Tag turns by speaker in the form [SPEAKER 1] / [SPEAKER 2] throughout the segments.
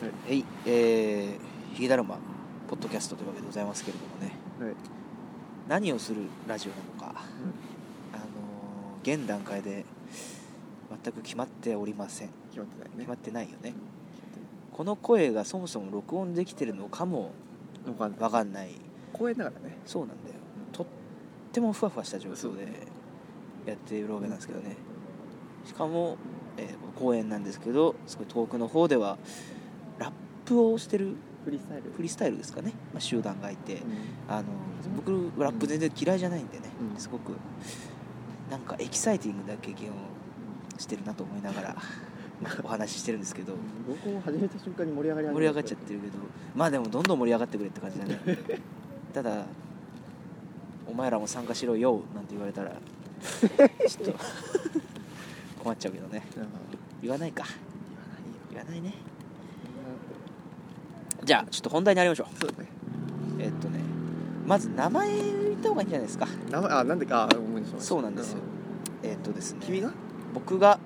[SPEAKER 1] はい
[SPEAKER 2] はい、えー、ヒゲだるまポッドキャストというわけでございますけれども
[SPEAKER 1] は
[SPEAKER 2] ね
[SPEAKER 1] い
[SPEAKER 2] 何をするラジオなのか、
[SPEAKER 1] うん
[SPEAKER 2] あのー現段階で全く決まっておりません
[SPEAKER 1] 決まってないね
[SPEAKER 2] 決まってないよねこの声がそもそも録音できてるのかも
[SPEAKER 1] わかんない
[SPEAKER 2] わかんない
[SPEAKER 1] 公園だからね
[SPEAKER 2] そうなんだよとってもふわふわした状況でやっているわけなんですけどねしかも、えー公園なんですけどすごい遠くの方ではラップをしてる
[SPEAKER 1] フリースタイル
[SPEAKER 2] フリースタイルですかね、まあ、集団がいて
[SPEAKER 1] うん
[SPEAKER 2] あの僕ラップ全然嫌いじゃないんでね、
[SPEAKER 1] うん
[SPEAKER 2] すごくなんかエキサイティングな経験をしてるなと思いなが らまあお話ししてるんですけど
[SPEAKER 1] 僕も始めた瞬間に盛り上がり始
[SPEAKER 2] 盛
[SPEAKER 1] め
[SPEAKER 2] り上がっちゃってるけどまあでもどんどん盛り上がってくれって感じだ ねただ「お前らも参加しろよ」なんて言われたらち ょっと困っちゃうけどね
[SPEAKER 1] うん
[SPEAKER 2] 言わないか
[SPEAKER 1] 言わないよ
[SPEAKER 2] 言わないね
[SPEAKER 1] 言わない
[SPEAKER 2] じゃあちょっと本題に入りましょう
[SPEAKER 1] そうだね
[SPEAKER 2] えっとねまず名前言った方がいいんじゃないですか
[SPEAKER 1] 名前あなんでかあ思い出しました
[SPEAKER 2] そうなんですよえっとですね
[SPEAKER 1] 君が
[SPEAKER 2] 僕が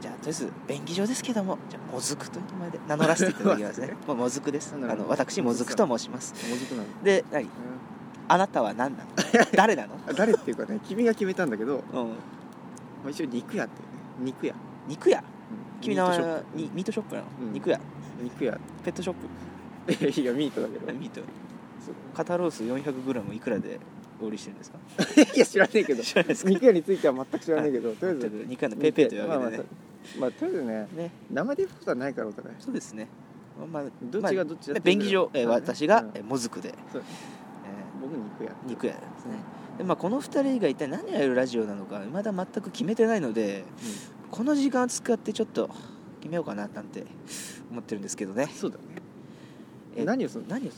[SPEAKER 2] じゃあとりあえず便宜上ですけどもじゃあもずくという名前で名乗らせていただきます
[SPEAKER 1] も
[SPEAKER 2] ね
[SPEAKER 1] ず
[SPEAKER 2] もうもずくですあ
[SPEAKER 1] なるほど
[SPEAKER 2] の私もずくと申します
[SPEAKER 1] もずくなの
[SPEAKER 2] で何あなたは何 なの誰なの
[SPEAKER 1] あ誰っていうかね君が決めたんだけど、
[SPEAKER 2] うん
[SPEAKER 1] まあ、一応肉屋っていうね肉屋
[SPEAKER 2] 肉屋
[SPEAKER 1] うん
[SPEAKER 2] 君の名前
[SPEAKER 1] ミー
[SPEAKER 2] は
[SPEAKER 1] トショップ
[SPEAKER 2] ミミートショップなの、
[SPEAKER 1] うん
[SPEAKER 2] 肉屋
[SPEAKER 1] 肉屋
[SPEAKER 2] ペットショッ
[SPEAKER 1] いやミートだけ
[SPEAKER 2] プ
[SPEAKER 1] ど
[SPEAKER 2] ミート
[SPEAKER 1] そう
[SPEAKER 2] 肩ロース 400g いくらでお売りしてるんですか
[SPEAKER 1] いや知らねえけど
[SPEAKER 2] 知らないですか
[SPEAKER 1] 肉屋については全く知らねえけどとりあえ
[SPEAKER 2] 全
[SPEAKER 1] ず
[SPEAKER 2] く肉屋のペイペイというわけでね、
[SPEAKER 1] まあまあまあとりあえずね
[SPEAKER 2] ね
[SPEAKER 1] 生で言うことはないからお互い
[SPEAKER 2] そうですねまあまあ
[SPEAKER 1] どっちがどっちだ
[SPEAKER 2] で
[SPEAKER 1] ってい
[SPEAKER 2] 便
[SPEAKER 1] うの
[SPEAKER 2] 宜
[SPEAKER 1] よ
[SPEAKER 2] 上、えー
[SPEAKER 1] まあね
[SPEAKER 2] 私が、
[SPEAKER 1] うん
[SPEAKER 2] えーもずくで、
[SPEAKER 1] そう
[SPEAKER 2] え
[SPEAKER 1] 僕肉屋
[SPEAKER 2] ー肉屋ですねで、まあ、この2人が一体何をやるラジオなのか未だ全く決めてないのでこの時間を使ってちょっと決めようかななんて思ってるんですけどね
[SPEAKER 1] そうだね
[SPEAKER 2] え
[SPEAKER 1] 何をするの
[SPEAKER 2] 何を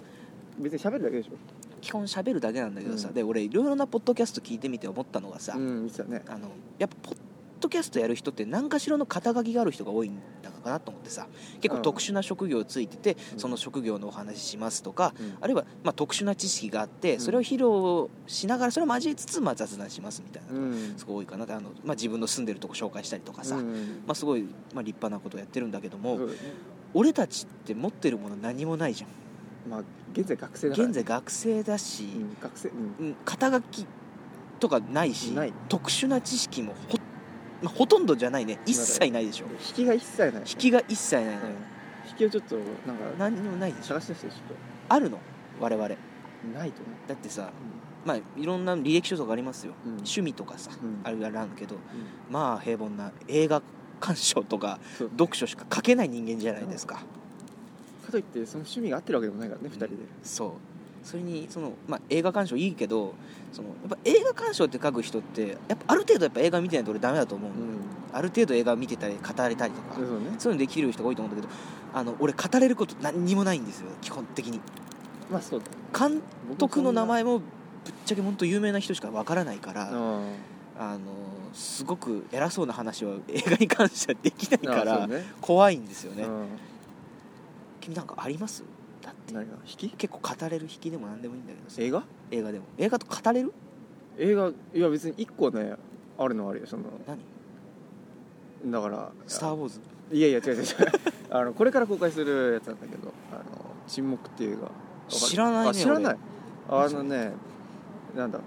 [SPEAKER 1] 別に喋るだけでしょ
[SPEAKER 2] 基本喋るだけなんだけどさ、
[SPEAKER 1] うん
[SPEAKER 2] で俺いろいろなポッドキャスト聞いてみて思ったのがさ、
[SPEAKER 1] うん実はね
[SPEAKER 2] あのやっぱポッドキャストやる人って何かしらの肩書きがある人が多いんだかなと思ってさ結
[SPEAKER 1] う
[SPEAKER 2] 構
[SPEAKER 1] ん
[SPEAKER 2] 特殊な職業ついてて、
[SPEAKER 1] うん
[SPEAKER 2] その職業のお話ししますとか、
[SPEAKER 1] うん
[SPEAKER 2] あるいは、まあ、特殊な知識があって
[SPEAKER 1] うん
[SPEAKER 2] それを披露しながらそれを交えつつ、まあ、雑談しますみたいな、
[SPEAKER 1] うん
[SPEAKER 2] すごい多いかなであの、まあ、自分の住んでるとこ紹介したりとかさ、
[SPEAKER 1] うん
[SPEAKER 2] まあ、すごい、まあ、立派なことやってるんだけども、
[SPEAKER 1] そうだね
[SPEAKER 2] 俺たちって持ってるもの何もないじゃん
[SPEAKER 1] まあ現在学生だから
[SPEAKER 2] 現在学生だし、
[SPEAKER 1] うん学生うん
[SPEAKER 2] うん肩書きとかないし
[SPEAKER 1] ない
[SPEAKER 2] 特殊な知識もほ,、まあほとんどじゃないね一切ないでしょ
[SPEAKER 1] 引きが一切ない
[SPEAKER 2] 引きが一切ないの
[SPEAKER 1] う
[SPEAKER 2] よ
[SPEAKER 1] ん引きをちょっとなんか
[SPEAKER 2] 何にもないでしょ
[SPEAKER 1] 探し出してちょっ
[SPEAKER 2] あるの我々だ
[SPEAKER 1] とないとね
[SPEAKER 2] ってさまあいろんな履歴書とかありますよ、
[SPEAKER 1] うん
[SPEAKER 2] 趣味とかさ、
[SPEAKER 1] うん
[SPEAKER 2] あるあるあるけど
[SPEAKER 1] うん
[SPEAKER 2] まあ平凡な映画鑑賞とか
[SPEAKER 1] そう
[SPEAKER 2] 読書しか書けない人間じゃないですか、
[SPEAKER 1] かといってその趣味が合ってるわけでもないからね二人で
[SPEAKER 2] そうそれにその、まあ、映画鑑賞いいけどそのやっぱ映画鑑賞って書く人ってやっぱある程度やっぱ映画見てないと俺ダメだと思うの、
[SPEAKER 1] うん
[SPEAKER 2] ある程度映画見てたり語れたりとか、
[SPEAKER 1] そうね
[SPEAKER 2] そういうのできる人が多いと思うんだけどあの俺語れること何にもないんですよ基本的に
[SPEAKER 1] まあそうだね
[SPEAKER 2] 監督の名前
[SPEAKER 1] も
[SPEAKER 2] もぶっちゃけ本当有名な人しかわからないから、
[SPEAKER 1] うん
[SPEAKER 2] あのすごく偉そうな話は映画に関してはできないか
[SPEAKER 1] ああそ
[SPEAKER 2] ら
[SPEAKER 1] うね
[SPEAKER 2] 怖いんですよね、
[SPEAKER 1] うん
[SPEAKER 2] 君なんかありますだって
[SPEAKER 1] 何が引き
[SPEAKER 2] 結構語れる引きでも何でもいいんだけどさ
[SPEAKER 1] 映画
[SPEAKER 2] 映画でも映画と語れる
[SPEAKER 1] 映画いや別に一個ねあるのはあるよその
[SPEAKER 2] 何
[SPEAKER 1] だから
[SPEAKER 2] 「スター・ウォーズ
[SPEAKER 1] いやいや違う違う違 うあのこれから公開するやつなんだけど「あの沈黙」っていう映画わかる
[SPEAKER 2] 知らないね
[SPEAKER 1] あ知らない
[SPEAKER 2] 俺
[SPEAKER 1] あのねなんだ、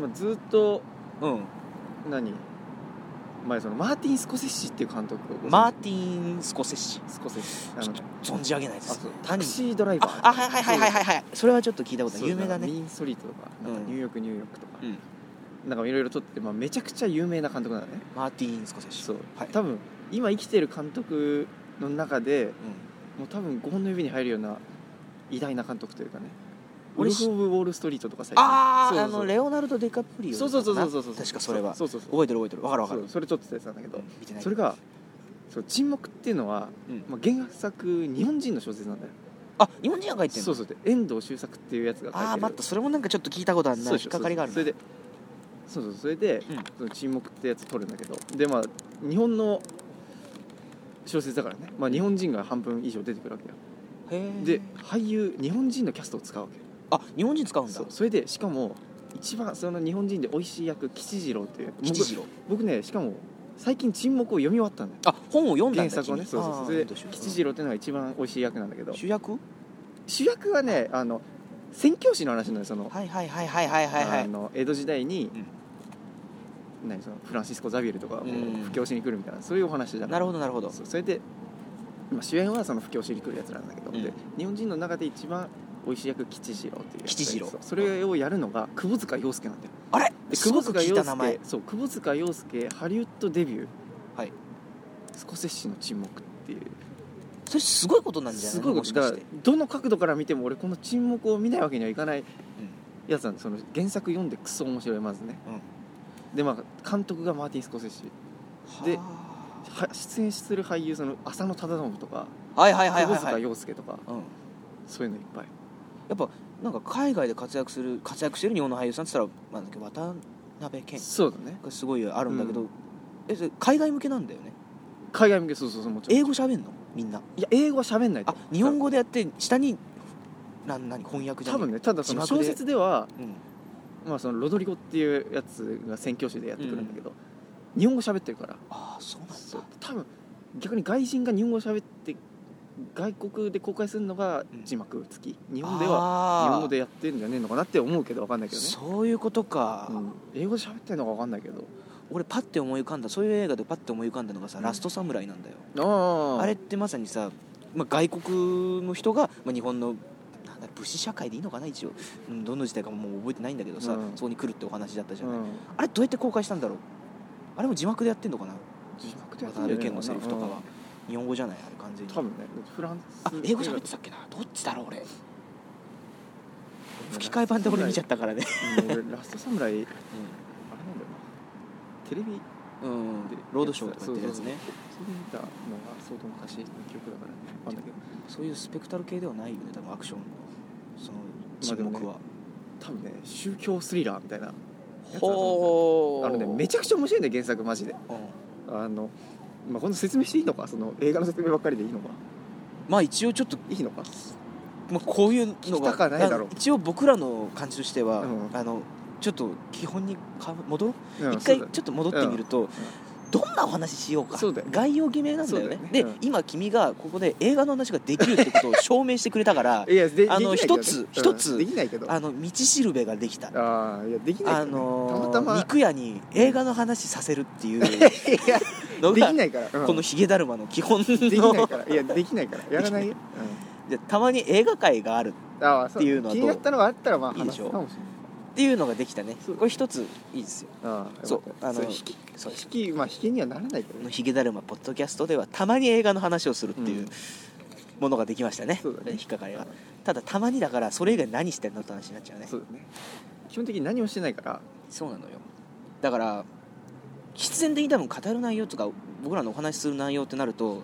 [SPEAKER 1] まあ、ずっと」
[SPEAKER 2] うん
[SPEAKER 1] 何前そのマーティン・スコセッシっていう監督をご存知
[SPEAKER 2] マーティン・スコセッシ
[SPEAKER 1] スコセッシあ
[SPEAKER 2] ちょ
[SPEAKER 1] の
[SPEAKER 2] っと存じ上げないで
[SPEAKER 1] あ
[SPEAKER 2] す
[SPEAKER 1] そうタ
[SPEAKER 2] 何
[SPEAKER 1] クシードライバ
[SPEAKER 2] あ
[SPEAKER 1] ー
[SPEAKER 2] あはいはいはいはいはいはいそれはちょっと聞いたことあ
[SPEAKER 1] そ
[SPEAKER 2] る
[SPEAKER 1] う
[SPEAKER 2] 有名だ
[SPEAKER 1] なんか
[SPEAKER 2] ね
[SPEAKER 1] ミーン・ソリートとかなんか
[SPEAKER 2] うん
[SPEAKER 1] ニューヨークニューヨークとか、
[SPEAKER 2] うん
[SPEAKER 1] なんかいろいろ撮ってて、まあ、めちゃくちゃ有名な監督なのね
[SPEAKER 2] マーティン・スコセッシ
[SPEAKER 1] そう、
[SPEAKER 2] はい
[SPEAKER 1] 多分今生きてる監督の中で
[SPEAKER 2] うん
[SPEAKER 1] もう多分5本の指に入るような偉大な監督というかねウ
[SPEAKER 2] 俺
[SPEAKER 1] ル
[SPEAKER 2] し
[SPEAKER 1] フ・オブ・ウォール・ストリートとか最
[SPEAKER 2] あ
[SPEAKER 1] そう
[SPEAKER 2] あ
[SPEAKER 1] そ
[SPEAKER 2] あ
[SPEAKER 1] うそう
[SPEAKER 2] のレオナルド・ディカプリオ
[SPEAKER 1] そうそうそうそうそう
[SPEAKER 2] だったかな確かそれは
[SPEAKER 1] そうそうそう
[SPEAKER 2] 覚えてる覚えてるわかるわか
[SPEAKER 1] そ
[SPEAKER 2] る
[SPEAKER 1] うそれちょっとやつなんだけど、
[SPEAKER 2] 見てない
[SPEAKER 1] それがそう沈黙っていうのは、
[SPEAKER 2] うん
[SPEAKER 1] まあ、原作日本人の小説なんだよ
[SPEAKER 2] あ日本人が書いてる
[SPEAKER 1] そうそうで遠藤周作っていうやつが書いてる
[SPEAKER 2] ああ待ったそれもなんかちょっと聞いたことあるな
[SPEAKER 1] そうで
[SPEAKER 2] 引っ
[SPEAKER 1] しょ
[SPEAKER 2] かかりがある
[SPEAKER 1] そうでしょそれでそうそうそれで、
[SPEAKER 2] うん
[SPEAKER 1] その沈黙ってやつ撮るんだけどでまあ日本の小説だからね、まあ、日本人が半分以上出てくるわけよ
[SPEAKER 2] へえ
[SPEAKER 1] で俳優日本人のキャストを使うわけ
[SPEAKER 2] あ日本人使うんだ
[SPEAKER 1] そうそれでしかも一番その日本人で美味しい役吉次郎っていう
[SPEAKER 2] 吉次郎
[SPEAKER 1] 僕僕ねしかも最近沈黙を読み終わったんだよ
[SPEAKER 2] あ本を読んだん
[SPEAKER 1] 原
[SPEAKER 2] だ
[SPEAKER 1] 作をねそ
[SPEAKER 2] 君
[SPEAKER 1] うそうそう
[SPEAKER 2] あー
[SPEAKER 1] それで
[SPEAKER 2] どうしよう
[SPEAKER 1] 吉次郎っていうのが一番美味しい役なんだけど
[SPEAKER 2] 主役は
[SPEAKER 1] 主役はねあの宣教師の話なのよその,、
[SPEAKER 2] いはいはいはいはいはいは
[SPEAKER 1] あ
[SPEAKER 2] い
[SPEAKER 1] の江戸時代に、何そのフランシスコ・ザビエルとかを
[SPEAKER 2] うん
[SPEAKER 1] 布教しに来るみたいな、そういうお話じゃん
[SPEAKER 2] なるほどなるほど
[SPEAKER 1] そうそれで、まあ、主演はその布教しに来るやつらなんだけど、
[SPEAKER 2] うん
[SPEAKER 1] で日本人の中で一番美味しい役吉次郎っていうやつ
[SPEAKER 2] 吉次郎
[SPEAKER 1] そうそれをやるのが窪塚洋介なんだよ
[SPEAKER 2] あれ
[SPEAKER 1] です
[SPEAKER 2] ごく聞いた名前
[SPEAKER 1] そう窪塚洋介ハリウッドデビュー
[SPEAKER 2] はい
[SPEAKER 1] スコセッシの沈黙っていう
[SPEAKER 2] それすごいことなんじゃない
[SPEAKER 1] すごいこ
[SPEAKER 2] も
[SPEAKER 1] と
[SPEAKER 2] し
[SPEAKER 1] だ
[SPEAKER 2] か
[SPEAKER 1] か
[SPEAKER 2] し
[SPEAKER 1] ら
[SPEAKER 2] て、
[SPEAKER 1] どの角度から見ても俺この沈黙を見ないわけにはいかない
[SPEAKER 2] うん
[SPEAKER 1] やつなんでその原作読んでクソ面白いまずねでまあ監督がマーティン・スコセッシで
[SPEAKER 2] は
[SPEAKER 1] は出演する俳優その浅野忠信とか
[SPEAKER 2] あはいはいはいは
[SPEAKER 1] 窪
[SPEAKER 2] いは
[SPEAKER 1] 塚
[SPEAKER 2] い、
[SPEAKER 1] 洋介とか
[SPEAKER 2] うん、
[SPEAKER 1] そういうのいっぱい
[SPEAKER 2] やっぱなんか海外で活躍する活躍してる日本の俳優さんって言ったら、まあ、渡辺謙
[SPEAKER 1] そうだね
[SPEAKER 2] がすごいあるんだけど、
[SPEAKER 1] う
[SPEAKER 2] えそれ海外向けなんだよね
[SPEAKER 1] 海外向けそうそうそうもちろん
[SPEAKER 2] 英語喋んのみんない
[SPEAKER 1] や英語は喋んないと
[SPEAKER 2] あ日本語でやって下になん何翻訳じゃ
[SPEAKER 1] 多分
[SPEAKER 2] ね
[SPEAKER 1] ねただその
[SPEAKER 2] 字幕
[SPEAKER 1] 小
[SPEAKER 2] で
[SPEAKER 1] 説では
[SPEAKER 2] うん
[SPEAKER 1] まあそのロドリゴっていうやつが宣教師でやってくるんだけど、日本語喋ってるから
[SPEAKER 2] ああそうなんだ
[SPEAKER 1] そう多分逆に外人が日本語喋って外国で公開するのが字幕付き、日本では
[SPEAKER 2] は
[SPEAKER 1] 日本語でやってんじゃねえのかなって思うけど分かんないけどね、
[SPEAKER 2] そういうことか、
[SPEAKER 1] うん英語で喋ってんのか分かんないけど
[SPEAKER 2] 俺パッて思い浮かんだそういう映画でパッて思い浮かんだのがさ
[SPEAKER 1] う
[SPEAKER 2] 「
[SPEAKER 1] ん
[SPEAKER 2] ラストサムライ」なんだよ、
[SPEAKER 1] あ
[SPEAKER 2] あれってまさにさ、まあ、外国の人が、まあ、日本のなんだろう武士社会でいいのかな一応、うん、どの時代かもう覚えてないんだけどさ、
[SPEAKER 1] うん
[SPEAKER 2] そこに来るってお話だったじ
[SPEAKER 1] う
[SPEAKER 2] ゃない、
[SPEAKER 1] ん
[SPEAKER 2] あれどうやって公開したんだろうあれも字幕でやってんのかな
[SPEAKER 1] 字幕で
[SPEAKER 2] 渡
[SPEAKER 1] やってんじゃ
[SPEAKER 2] 辺
[SPEAKER 1] ねえ
[SPEAKER 2] 謙のセリフとかは、日本語じゃないあれ完全
[SPEAKER 1] うん
[SPEAKER 2] に
[SPEAKER 1] 多分ねフランス
[SPEAKER 2] あ英語喋ってたっけなどっちだろう俺吹き替え版で俺見ちゃったからね、
[SPEAKER 1] た、うん俺ラストサムライあれなんだよなテレビ
[SPEAKER 2] うん、ロードショーとかやってるやつね
[SPEAKER 1] それ見たのが相当昔の記憶だからね分かんないけど
[SPEAKER 2] そういうスペクタル系ではないよね多分アクションのその沈
[SPEAKER 1] まあで
[SPEAKER 2] 黙
[SPEAKER 1] も
[SPEAKER 2] は、
[SPEAKER 1] 多分ね宗教スリラーみたいなやつだと思
[SPEAKER 2] ほ
[SPEAKER 1] う
[SPEAKER 2] う
[SPEAKER 1] あのねめちゃくちゃ面白いね原作マジで
[SPEAKER 2] うん
[SPEAKER 1] あのまあこの説明していいのかその映画の説明ばっかりでいいのか
[SPEAKER 2] まあ一応ちょっと、
[SPEAKER 1] いいのか
[SPEAKER 2] まあ、こういうの
[SPEAKER 1] 聞きた
[SPEAKER 2] が
[SPEAKER 1] くはないだろう
[SPEAKER 2] あの一応僕らの感じとしては、
[SPEAKER 1] うん
[SPEAKER 2] あのちょっと基本にか戻ろう
[SPEAKER 1] うん
[SPEAKER 2] 一回
[SPEAKER 1] そうだ
[SPEAKER 2] ちょっと戻ってみると、どんなお話ししようか
[SPEAKER 1] そうだよね
[SPEAKER 2] 概要決めなんだ
[SPEAKER 1] そ
[SPEAKER 2] よ
[SPEAKER 1] うだ
[SPEAKER 2] ね
[SPEAKER 1] よね
[SPEAKER 2] で、
[SPEAKER 1] うん
[SPEAKER 2] 今君がここで映画の話ができるってことを証明してくれたから
[SPEAKER 1] いやで
[SPEAKER 2] あの
[SPEAKER 1] できないけどね
[SPEAKER 2] 一つ
[SPEAKER 1] うん
[SPEAKER 2] 一つ
[SPEAKER 1] できないけどあ
[SPEAKER 2] あの道しるべができた
[SPEAKER 1] あーいやできない
[SPEAKER 2] あ
[SPEAKER 1] けどね
[SPEAKER 2] のー
[SPEAKER 1] たまたま
[SPEAKER 2] 肉屋に映画の話させるっていう
[SPEAKER 1] いや
[SPEAKER 2] の
[SPEAKER 1] で
[SPEAKER 2] が
[SPEAKER 1] きないから、うん
[SPEAKER 2] このヒゲだるまの基本
[SPEAKER 1] できない
[SPEAKER 2] の
[SPEAKER 1] からいやできないからやらないよ、
[SPEAKER 2] でたまに映画界がある
[SPEAKER 1] うん、ああそ
[SPEAKER 2] っていうのはど
[SPEAKER 1] 気
[SPEAKER 2] う
[SPEAKER 1] になったのがあったらまあ
[SPEAKER 2] いいで
[SPEAKER 1] 話
[SPEAKER 2] し
[SPEAKER 1] す
[SPEAKER 2] ょ
[SPEAKER 1] かもしれない
[SPEAKER 2] っていうのができたねこれ一ついいですよ
[SPEAKER 1] ああ
[SPEAKER 2] そう
[SPEAKER 1] よかった
[SPEAKER 2] あの
[SPEAKER 1] それ引き
[SPEAKER 2] そうです
[SPEAKER 1] 引きまあ引きにはならないけど
[SPEAKER 2] この
[SPEAKER 1] ね
[SPEAKER 2] ヒゲだるまポッドキャストではたまに映画の話をするっていううんものができましたね,、
[SPEAKER 1] そうだね
[SPEAKER 2] 引っかかりがただたまにだからそれ以外何してんのって話になっちゃうね
[SPEAKER 1] そうだね基本的に何もしてないから
[SPEAKER 2] そうなのよだから必然的に多分語る内容とか僕らのお話しする内容ってなると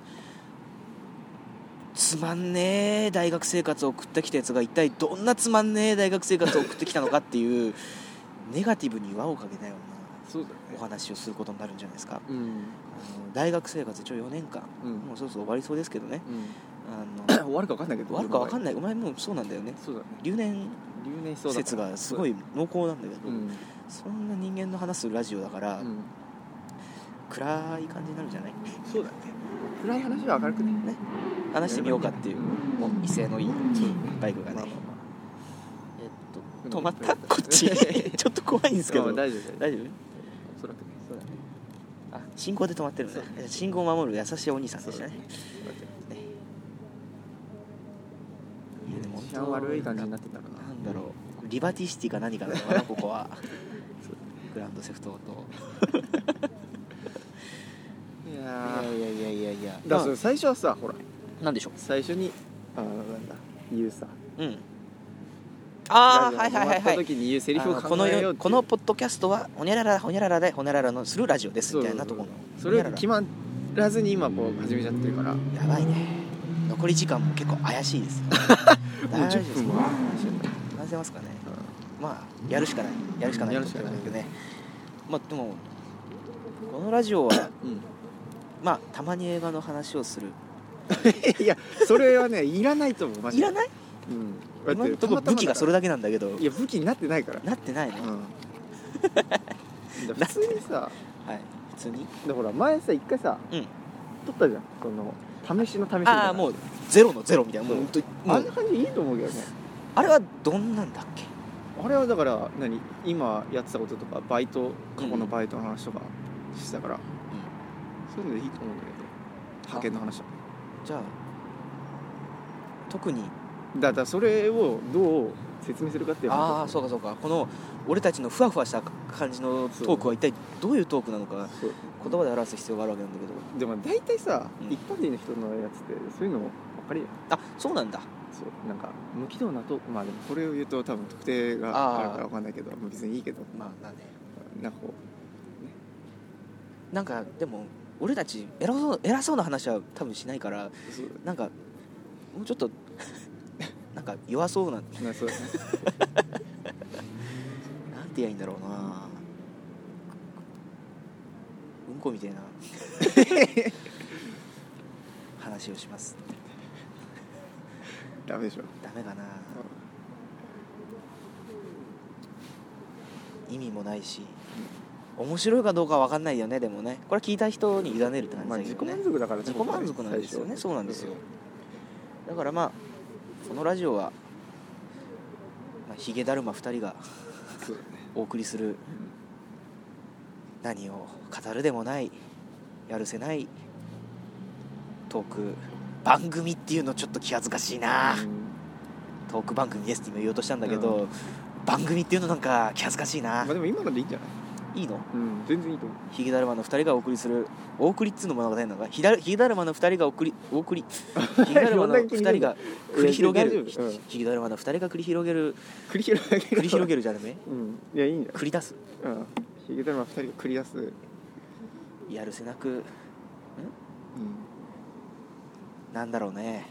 [SPEAKER 2] つまんねえ大学生活を送ってきたやつが一体どんなつまんねえ大学生活を送ってきたのかっていう ネガティブに輪をかけたよう
[SPEAKER 1] そうだね
[SPEAKER 2] なお話をすることになるんじゃないですか
[SPEAKER 1] うん
[SPEAKER 2] あの大学生活一応4年間、
[SPEAKER 1] うん
[SPEAKER 2] もうそろそろ終わりそうですけどね
[SPEAKER 1] うん
[SPEAKER 2] あの
[SPEAKER 1] 終わるか分かんないけど
[SPEAKER 2] 終わるか分かん
[SPEAKER 1] ない
[SPEAKER 2] ないお前もうそうなんだよね
[SPEAKER 1] そうだね
[SPEAKER 2] 留年
[SPEAKER 1] 留年しそうだ
[SPEAKER 2] 説がすご
[SPEAKER 1] い
[SPEAKER 2] い濃厚なんだけど、
[SPEAKER 1] うん
[SPEAKER 2] そんな人間の話するラジオだから、
[SPEAKER 1] うん
[SPEAKER 2] 暗い感じになるんじゃない
[SPEAKER 1] そうだね暗い話は明るくね
[SPEAKER 2] 話してみようかっていう、もう威勢のいいバイクがね、
[SPEAKER 1] まあまあま
[SPEAKER 2] えっ
[SPEAKER 1] あ
[SPEAKER 2] と止まったこっ ちちょっと怖いんですけ
[SPEAKER 1] ま
[SPEAKER 2] ど
[SPEAKER 1] あまあ
[SPEAKER 2] 大
[SPEAKER 1] 大丈夫大丈夫
[SPEAKER 2] 丈夫
[SPEAKER 1] おそらくね
[SPEAKER 2] そうだねあ信号で止まってるね信号を守る優しいお兄さんでしたねねいやでも
[SPEAKER 1] 治安悪い感じになってたかな
[SPEAKER 2] なんだろうリバティシティか何かなのかなこ こはグランドセフトオート
[SPEAKER 1] いやー
[SPEAKER 2] いやいやいやいや
[SPEAKER 1] だからそれ最初はさほら
[SPEAKER 2] なんでしょ
[SPEAKER 1] 最初にあのなんだ言うさ
[SPEAKER 2] ううんああ
[SPEAKER 1] ラ
[SPEAKER 2] はい
[SPEAKER 1] ジオ
[SPEAKER 2] は
[SPEAKER 1] が終わ
[SPEAKER 2] いはいは
[SPEAKER 1] った
[SPEAKER 2] い
[SPEAKER 1] 時に言うセリフを
[SPEAKER 2] あのこ
[SPEAKER 1] 考
[SPEAKER 2] の
[SPEAKER 1] えようっ
[SPEAKER 2] 世
[SPEAKER 1] ていう
[SPEAKER 2] このポッドキャストはほにゃららほにゃららでほにゃららのするラジオですみたいなところの
[SPEAKER 1] それ
[SPEAKER 2] ほ
[SPEAKER 1] が
[SPEAKER 2] にゃ
[SPEAKER 1] 決まらずに今こう始めちゃってるからも
[SPEAKER 2] ららやばいね残り時間も結構怪し いですよ
[SPEAKER 1] う
[SPEAKER 2] 大丈夫
[SPEAKER 1] 10
[SPEAKER 2] です
[SPEAKER 1] 分
[SPEAKER 2] か
[SPEAKER 1] は
[SPEAKER 2] 話せますかねまあやるしかないやるしかない
[SPEAKER 1] やるしかない
[SPEAKER 2] ことだけどねまあでもこのラジオ は
[SPEAKER 1] うん
[SPEAKER 2] まあたまに映画の話をする
[SPEAKER 1] いやそれは ねいらないと思うマジ
[SPEAKER 2] い
[SPEAKER 1] で
[SPEAKER 2] らない
[SPEAKER 1] うんだ
[SPEAKER 2] 今
[SPEAKER 1] って
[SPEAKER 2] のところ武器がそれ
[SPEAKER 1] だ
[SPEAKER 2] だけなんだけど
[SPEAKER 1] いや 武器になってないから
[SPEAKER 2] なってないね、
[SPEAKER 1] うんだから普通にさ
[SPEAKER 2] はい普別に
[SPEAKER 1] でほら前さ一回さ、
[SPEAKER 2] うん
[SPEAKER 1] 撮ったじゃんその試しの試しみたいな
[SPEAKER 2] ああもうゼロのゼロみたいなもう
[SPEAKER 1] そう
[SPEAKER 2] 本当にも
[SPEAKER 1] あん
[SPEAKER 2] う
[SPEAKER 1] な感じいいと思うけどね
[SPEAKER 2] あれはどんなんだっけ
[SPEAKER 1] あれはだから何今やってたこととかバイト過去のバイトの話とかしてたから、そういうのでいいと思うんだけど派遣の話は
[SPEAKER 2] じゃあ特に
[SPEAKER 1] だからそれをどう説明するかっていう
[SPEAKER 2] ああそうかそうかこの俺たちのふわふわした感じのトークは一体どういうトークなのか
[SPEAKER 1] そう
[SPEAKER 2] 言葉で表す必要があるわけなんだけ
[SPEAKER 1] で
[SPEAKER 2] ど
[SPEAKER 1] も大体さ、
[SPEAKER 2] うん
[SPEAKER 1] 一般人の人のやつってそういうのばっかりや
[SPEAKER 2] あそうなんだ
[SPEAKER 1] そうなんか無軌道なとまあでもこれを言うと多分特定があるからわかんないけどまあ別にいいけど
[SPEAKER 2] まあなんで
[SPEAKER 1] なんかこ
[SPEAKER 2] なんかでも俺たち偉そう偉そうな話は多分しないから
[SPEAKER 1] うそう
[SPEAKER 2] なんかもうちょっと なんか弱そうな
[SPEAKER 1] な そうだね
[SPEAKER 2] なんて言えばいいんだろうなうんこみ たいな話をします
[SPEAKER 1] ダメでしょ
[SPEAKER 2] ダメかな意味もないし面白いかどうかは分かんないよねでもねこれ聞いた人に委ねるって感じ
[SPEAKER 1] まあ
[SPEAKER 2] だけ
[SPEAKER 1] 自己
[SPEAKER 2] どね
[SPEAKER 1] 満足だから
[SPEAKER 2] 自己満足なんですよね
[SPEAKER 1] 最初
[SPEAKER 2] そうなんですよだからまあこのラジオは、まあ、ヒゲだるま2人が
[SPEAKER 1] そうだね
[SPEAKER 2] お送りする何を語るでもないやるせないトーク番組っていうのちょっと気恥ずかしいな、
[SPEAKER 1] うん
[SPEAKER 2] トーク番組ですって今言おうとしたんだけど、
[SPEAKER 1] う
[SPEAKER 2] 番組っていうのなんか気恥ずかしいな、
[SPEAKER 1] まあでも今のでいいんじゃない
[SPEAKER 2] いいの
[SPEAKER 1] うん全然いいと思う
[SPEAKER 2] ヒゲだるまの2人がお送りするお送りっつうのもなんか変なのかヒダルヒゲだるまの2人がお送りお 送りヒゲだるまの2人が繰り広げ
[SPEAKER 1] いや
[SPEAKER 2] る
[SPEAKER 1] 大丈夫うん
[SPEAKER 2] ヒゲだるまの2人が繰り広げる
[SPEAKER 1] 繰り広げる
[SPEAKER 2] 繰り広げるじゃねえ
[SPEAKER 1] うんいやいいんじゃ
[SPEAKER 2] 繰り出す
[SPEAKER 1] ないうんヒゲダルマ2人が繰り出すうん
[SPEAKER 2] やるせなくなんだろうね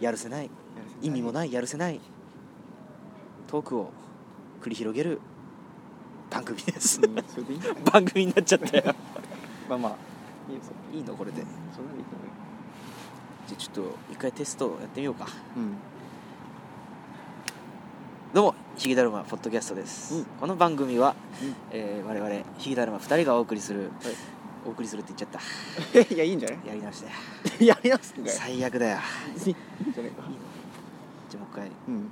[SPEAKER 2] やるせない意味もないやるせないトークを繰り広げる番組です
[SPEAKER 1] うんそれでいいんじゃない
[SPEAKER 2] 番組になっちゃったよ
[SPEAKER 1] まあまあいいよ
[SPEAKER 2] いいのこれで
[SPEAKER 1] そそんなのいいと思うよ
[SPEAKER 2] じゃあちょっと一回テストやってみようか
[SPEAKER 1] うん
[SPEAKER 2] どうもヒゲだるまポッドキャストです、
[SPEAKER 1] うん
[SPEAKER 2] この番組は、
[SPEAKER 1] うん
[SPEAKER 2] えー我々ヒゲだるま2人がお送りする、
[SPEAKER 1] はい
[SPEAKER 2] お送りするって言っちゃっ
[SPEAKER 1] えいやいいんじゃない
[SPEAKER 2] たやり直したよ
[SPEAKER 1] やり直すんだよ
[SPEAKER 2] 最悪だよ
[SPEAKER 1] いいんじゃないか
[SPEAKER 2] じゃあもう一回
[SPEAKER 1] うん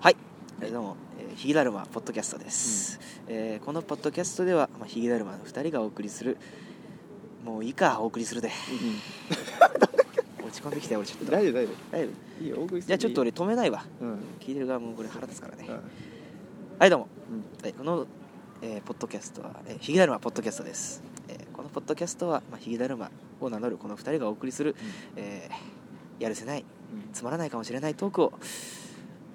[SPEAKER 2] はい、えーどうも、えー、ヒゲだるまポッドキャストです、えーこのポッドキャストでは、まあ、ヒゲだるまの2人がお送りするもういいかお送りするで落ち込んできたよ俺ちょっと
[SPEAKER 1] 大丈夫大丈
[SPEAKER 2] 大丈夫
[SPEAKER 1] 夫いいよ大食いす
[SPEAKER 2] じゃあちょっと
[SPEAKER 1] る
[SPEAKER 2] 俺止めないわ
[SPEAKER 1] うんうん
[SPEAKER 2] 聞いてる側もこれ腹立つからね、はいどうもはい、この、えーポッドキャストは、えー、ヒゲだるまポッドキャストです、えーこのポッドキャストは、まあ、ヒゲだるまを名乗るこの2人がお送りする、えーやるせない
[SPEAKER 1] うん
[SPEAKER 2] つまらないかもしれないトークを、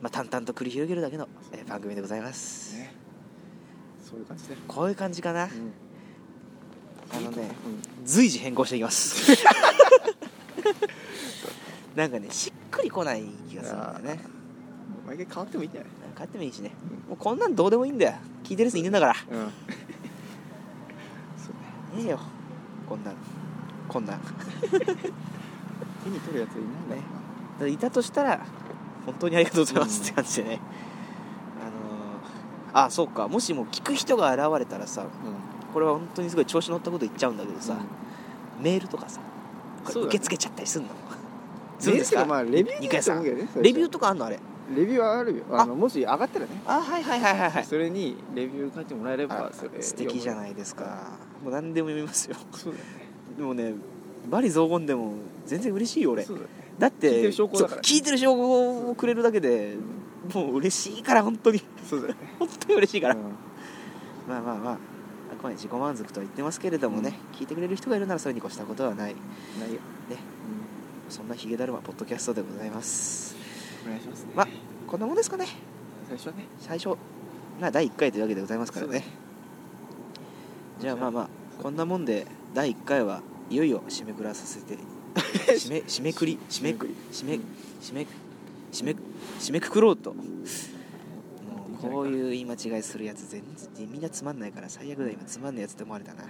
[SPEAKER 2] まあ、淡々と繰り広げるだけの、えー番組でございます、
[SPEAKER 1] ねそういう感じで
[SPEAKER 2] こういう感じかな
[SPEAKER 1] うん
[SPEAKER 2] あのね
[SPEAKER 1] うん
[SPEAKER 2] 随時変更していきますなんかねしっくりこない気がするんだよね
[SPEAKER 1] 毎回変わってもいいんじゃない
[SPEAKER 2] なんかあってもいいしねもうこんなんどうでもいいんだよ聞いてる人いるんだから
[SPEAKER 1] うんそうね
[SPEAKER 2] いいよこんなんこんなん
[SPEAKER 1] 手に取るやついないんだよ
[SPEAKER 2] だからいたとしたら本当にありがとうございます
[SPEAKER 1] うん
[SPEAKER 2] って感じでね、あのーあそうかもしも聞く人が現れたらさ
[SPEAKER 1] なうん
[SPEAKER 2] これは本当にすごい調子乗ったこと言っちゃうんだけどさ、メールとかさこ
[SPEAKER 1] そ
[SPEAKER 2] れ
[SPEAKER 1] うだね
[SPEAKER 2] 受け付けちゃったりすんの
[SPEAKER 1] メールっていうかまあレビュー
[SPEAKER 2] 二
[SPEAKER 1] にな
[SPEAKER 2] 階
[SPEAKER 1] ると
[SPEAKER 2] さ
[SPEAKER 1] 思うんけどね
[SPEAKER 2] レビュー
[SPEAKER 1] と
[SPEAKER 2] とかあんのあれ
[SPEAKER 1] レビューはあるよあのもし上がったらね
[SPEAKER 2] あはいはいはいはいはい
[SPEAKER 1] それにレビュー書いてもらえれば
[SPEAKER 2] あ
[SPEAKER 1] それ
[SPEAKER 2] 素敵じゃ
[SPEAKER 1] い
[SPEAKER 2] ないですかもう何でも読みますよ
[SPEAKER 1] そうだよ
[SPEAKER 2] でもねバリ雑言でも全然嬉しいよ俺
[SPEAKER 1] ねそうだよね
[SPEAKER 2] だっ
[SPEAKER 1] 聞いて
[SPEAKER 2] て
[SPEAKER 1] る証拠だからね
[SPEAKER 2] そう聞いてる証拠をくれるだけでもう嬉しいから本当に
[SPEAKER 1] そうだよね
[SPEAKER 2] 本当に嬉しいから、
[SPEAKER 1] うん
[SPEAKER 2] まあまあまああくまで自己満足とは言ってますけれどもね、聞いてくれる人がいるならそれに越したことはない
[SPEAKER 1] ないよ
[SPEAKER 2] ねそんなヒゲだるまポッドキャストでございます
[SPEAKER 1] うんお願いしますね
[SPEAKER 2] まあこんなもんですかね
[SPEAKER 1] 最初はね
[SPEAKER 2] 最初まあ第1回というわけでございますからねじゃあまあまあこんなもんで第1回はいよいよ締めくらさせ て締め締めくり締めく締め締め締め締めくくろうともうこういう言い間違いするやつ全然みんなつまんないから最悪だ今つまんないやつって思われたな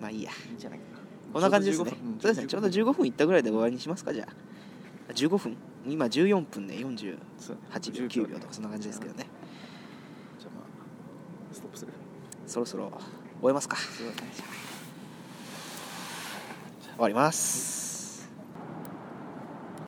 [SPEAKER 2] まあいいや
[SPEAKER 1] いいんじゃないかな
[SPEAKER 2] こんな感じです
[SPEAKER 1] ちょ
[SPEAKER 2] ね
[SPEAKER 1] うど15分
[SPEAKER 2] そうですねちょうど15分いったぐらいで終わりにしますかじゃあ15分今14分ね48秒
[SPEAKER 1] そう
[SPEAKER 2] 9秒とかそんな感じですけどね
[SPEAKER 1] じゃあまあストップする
[SPEAKER 2] そろそろ終えますか
[SPEAKER 1] そうだね
[SPEAKER 2] 終わります、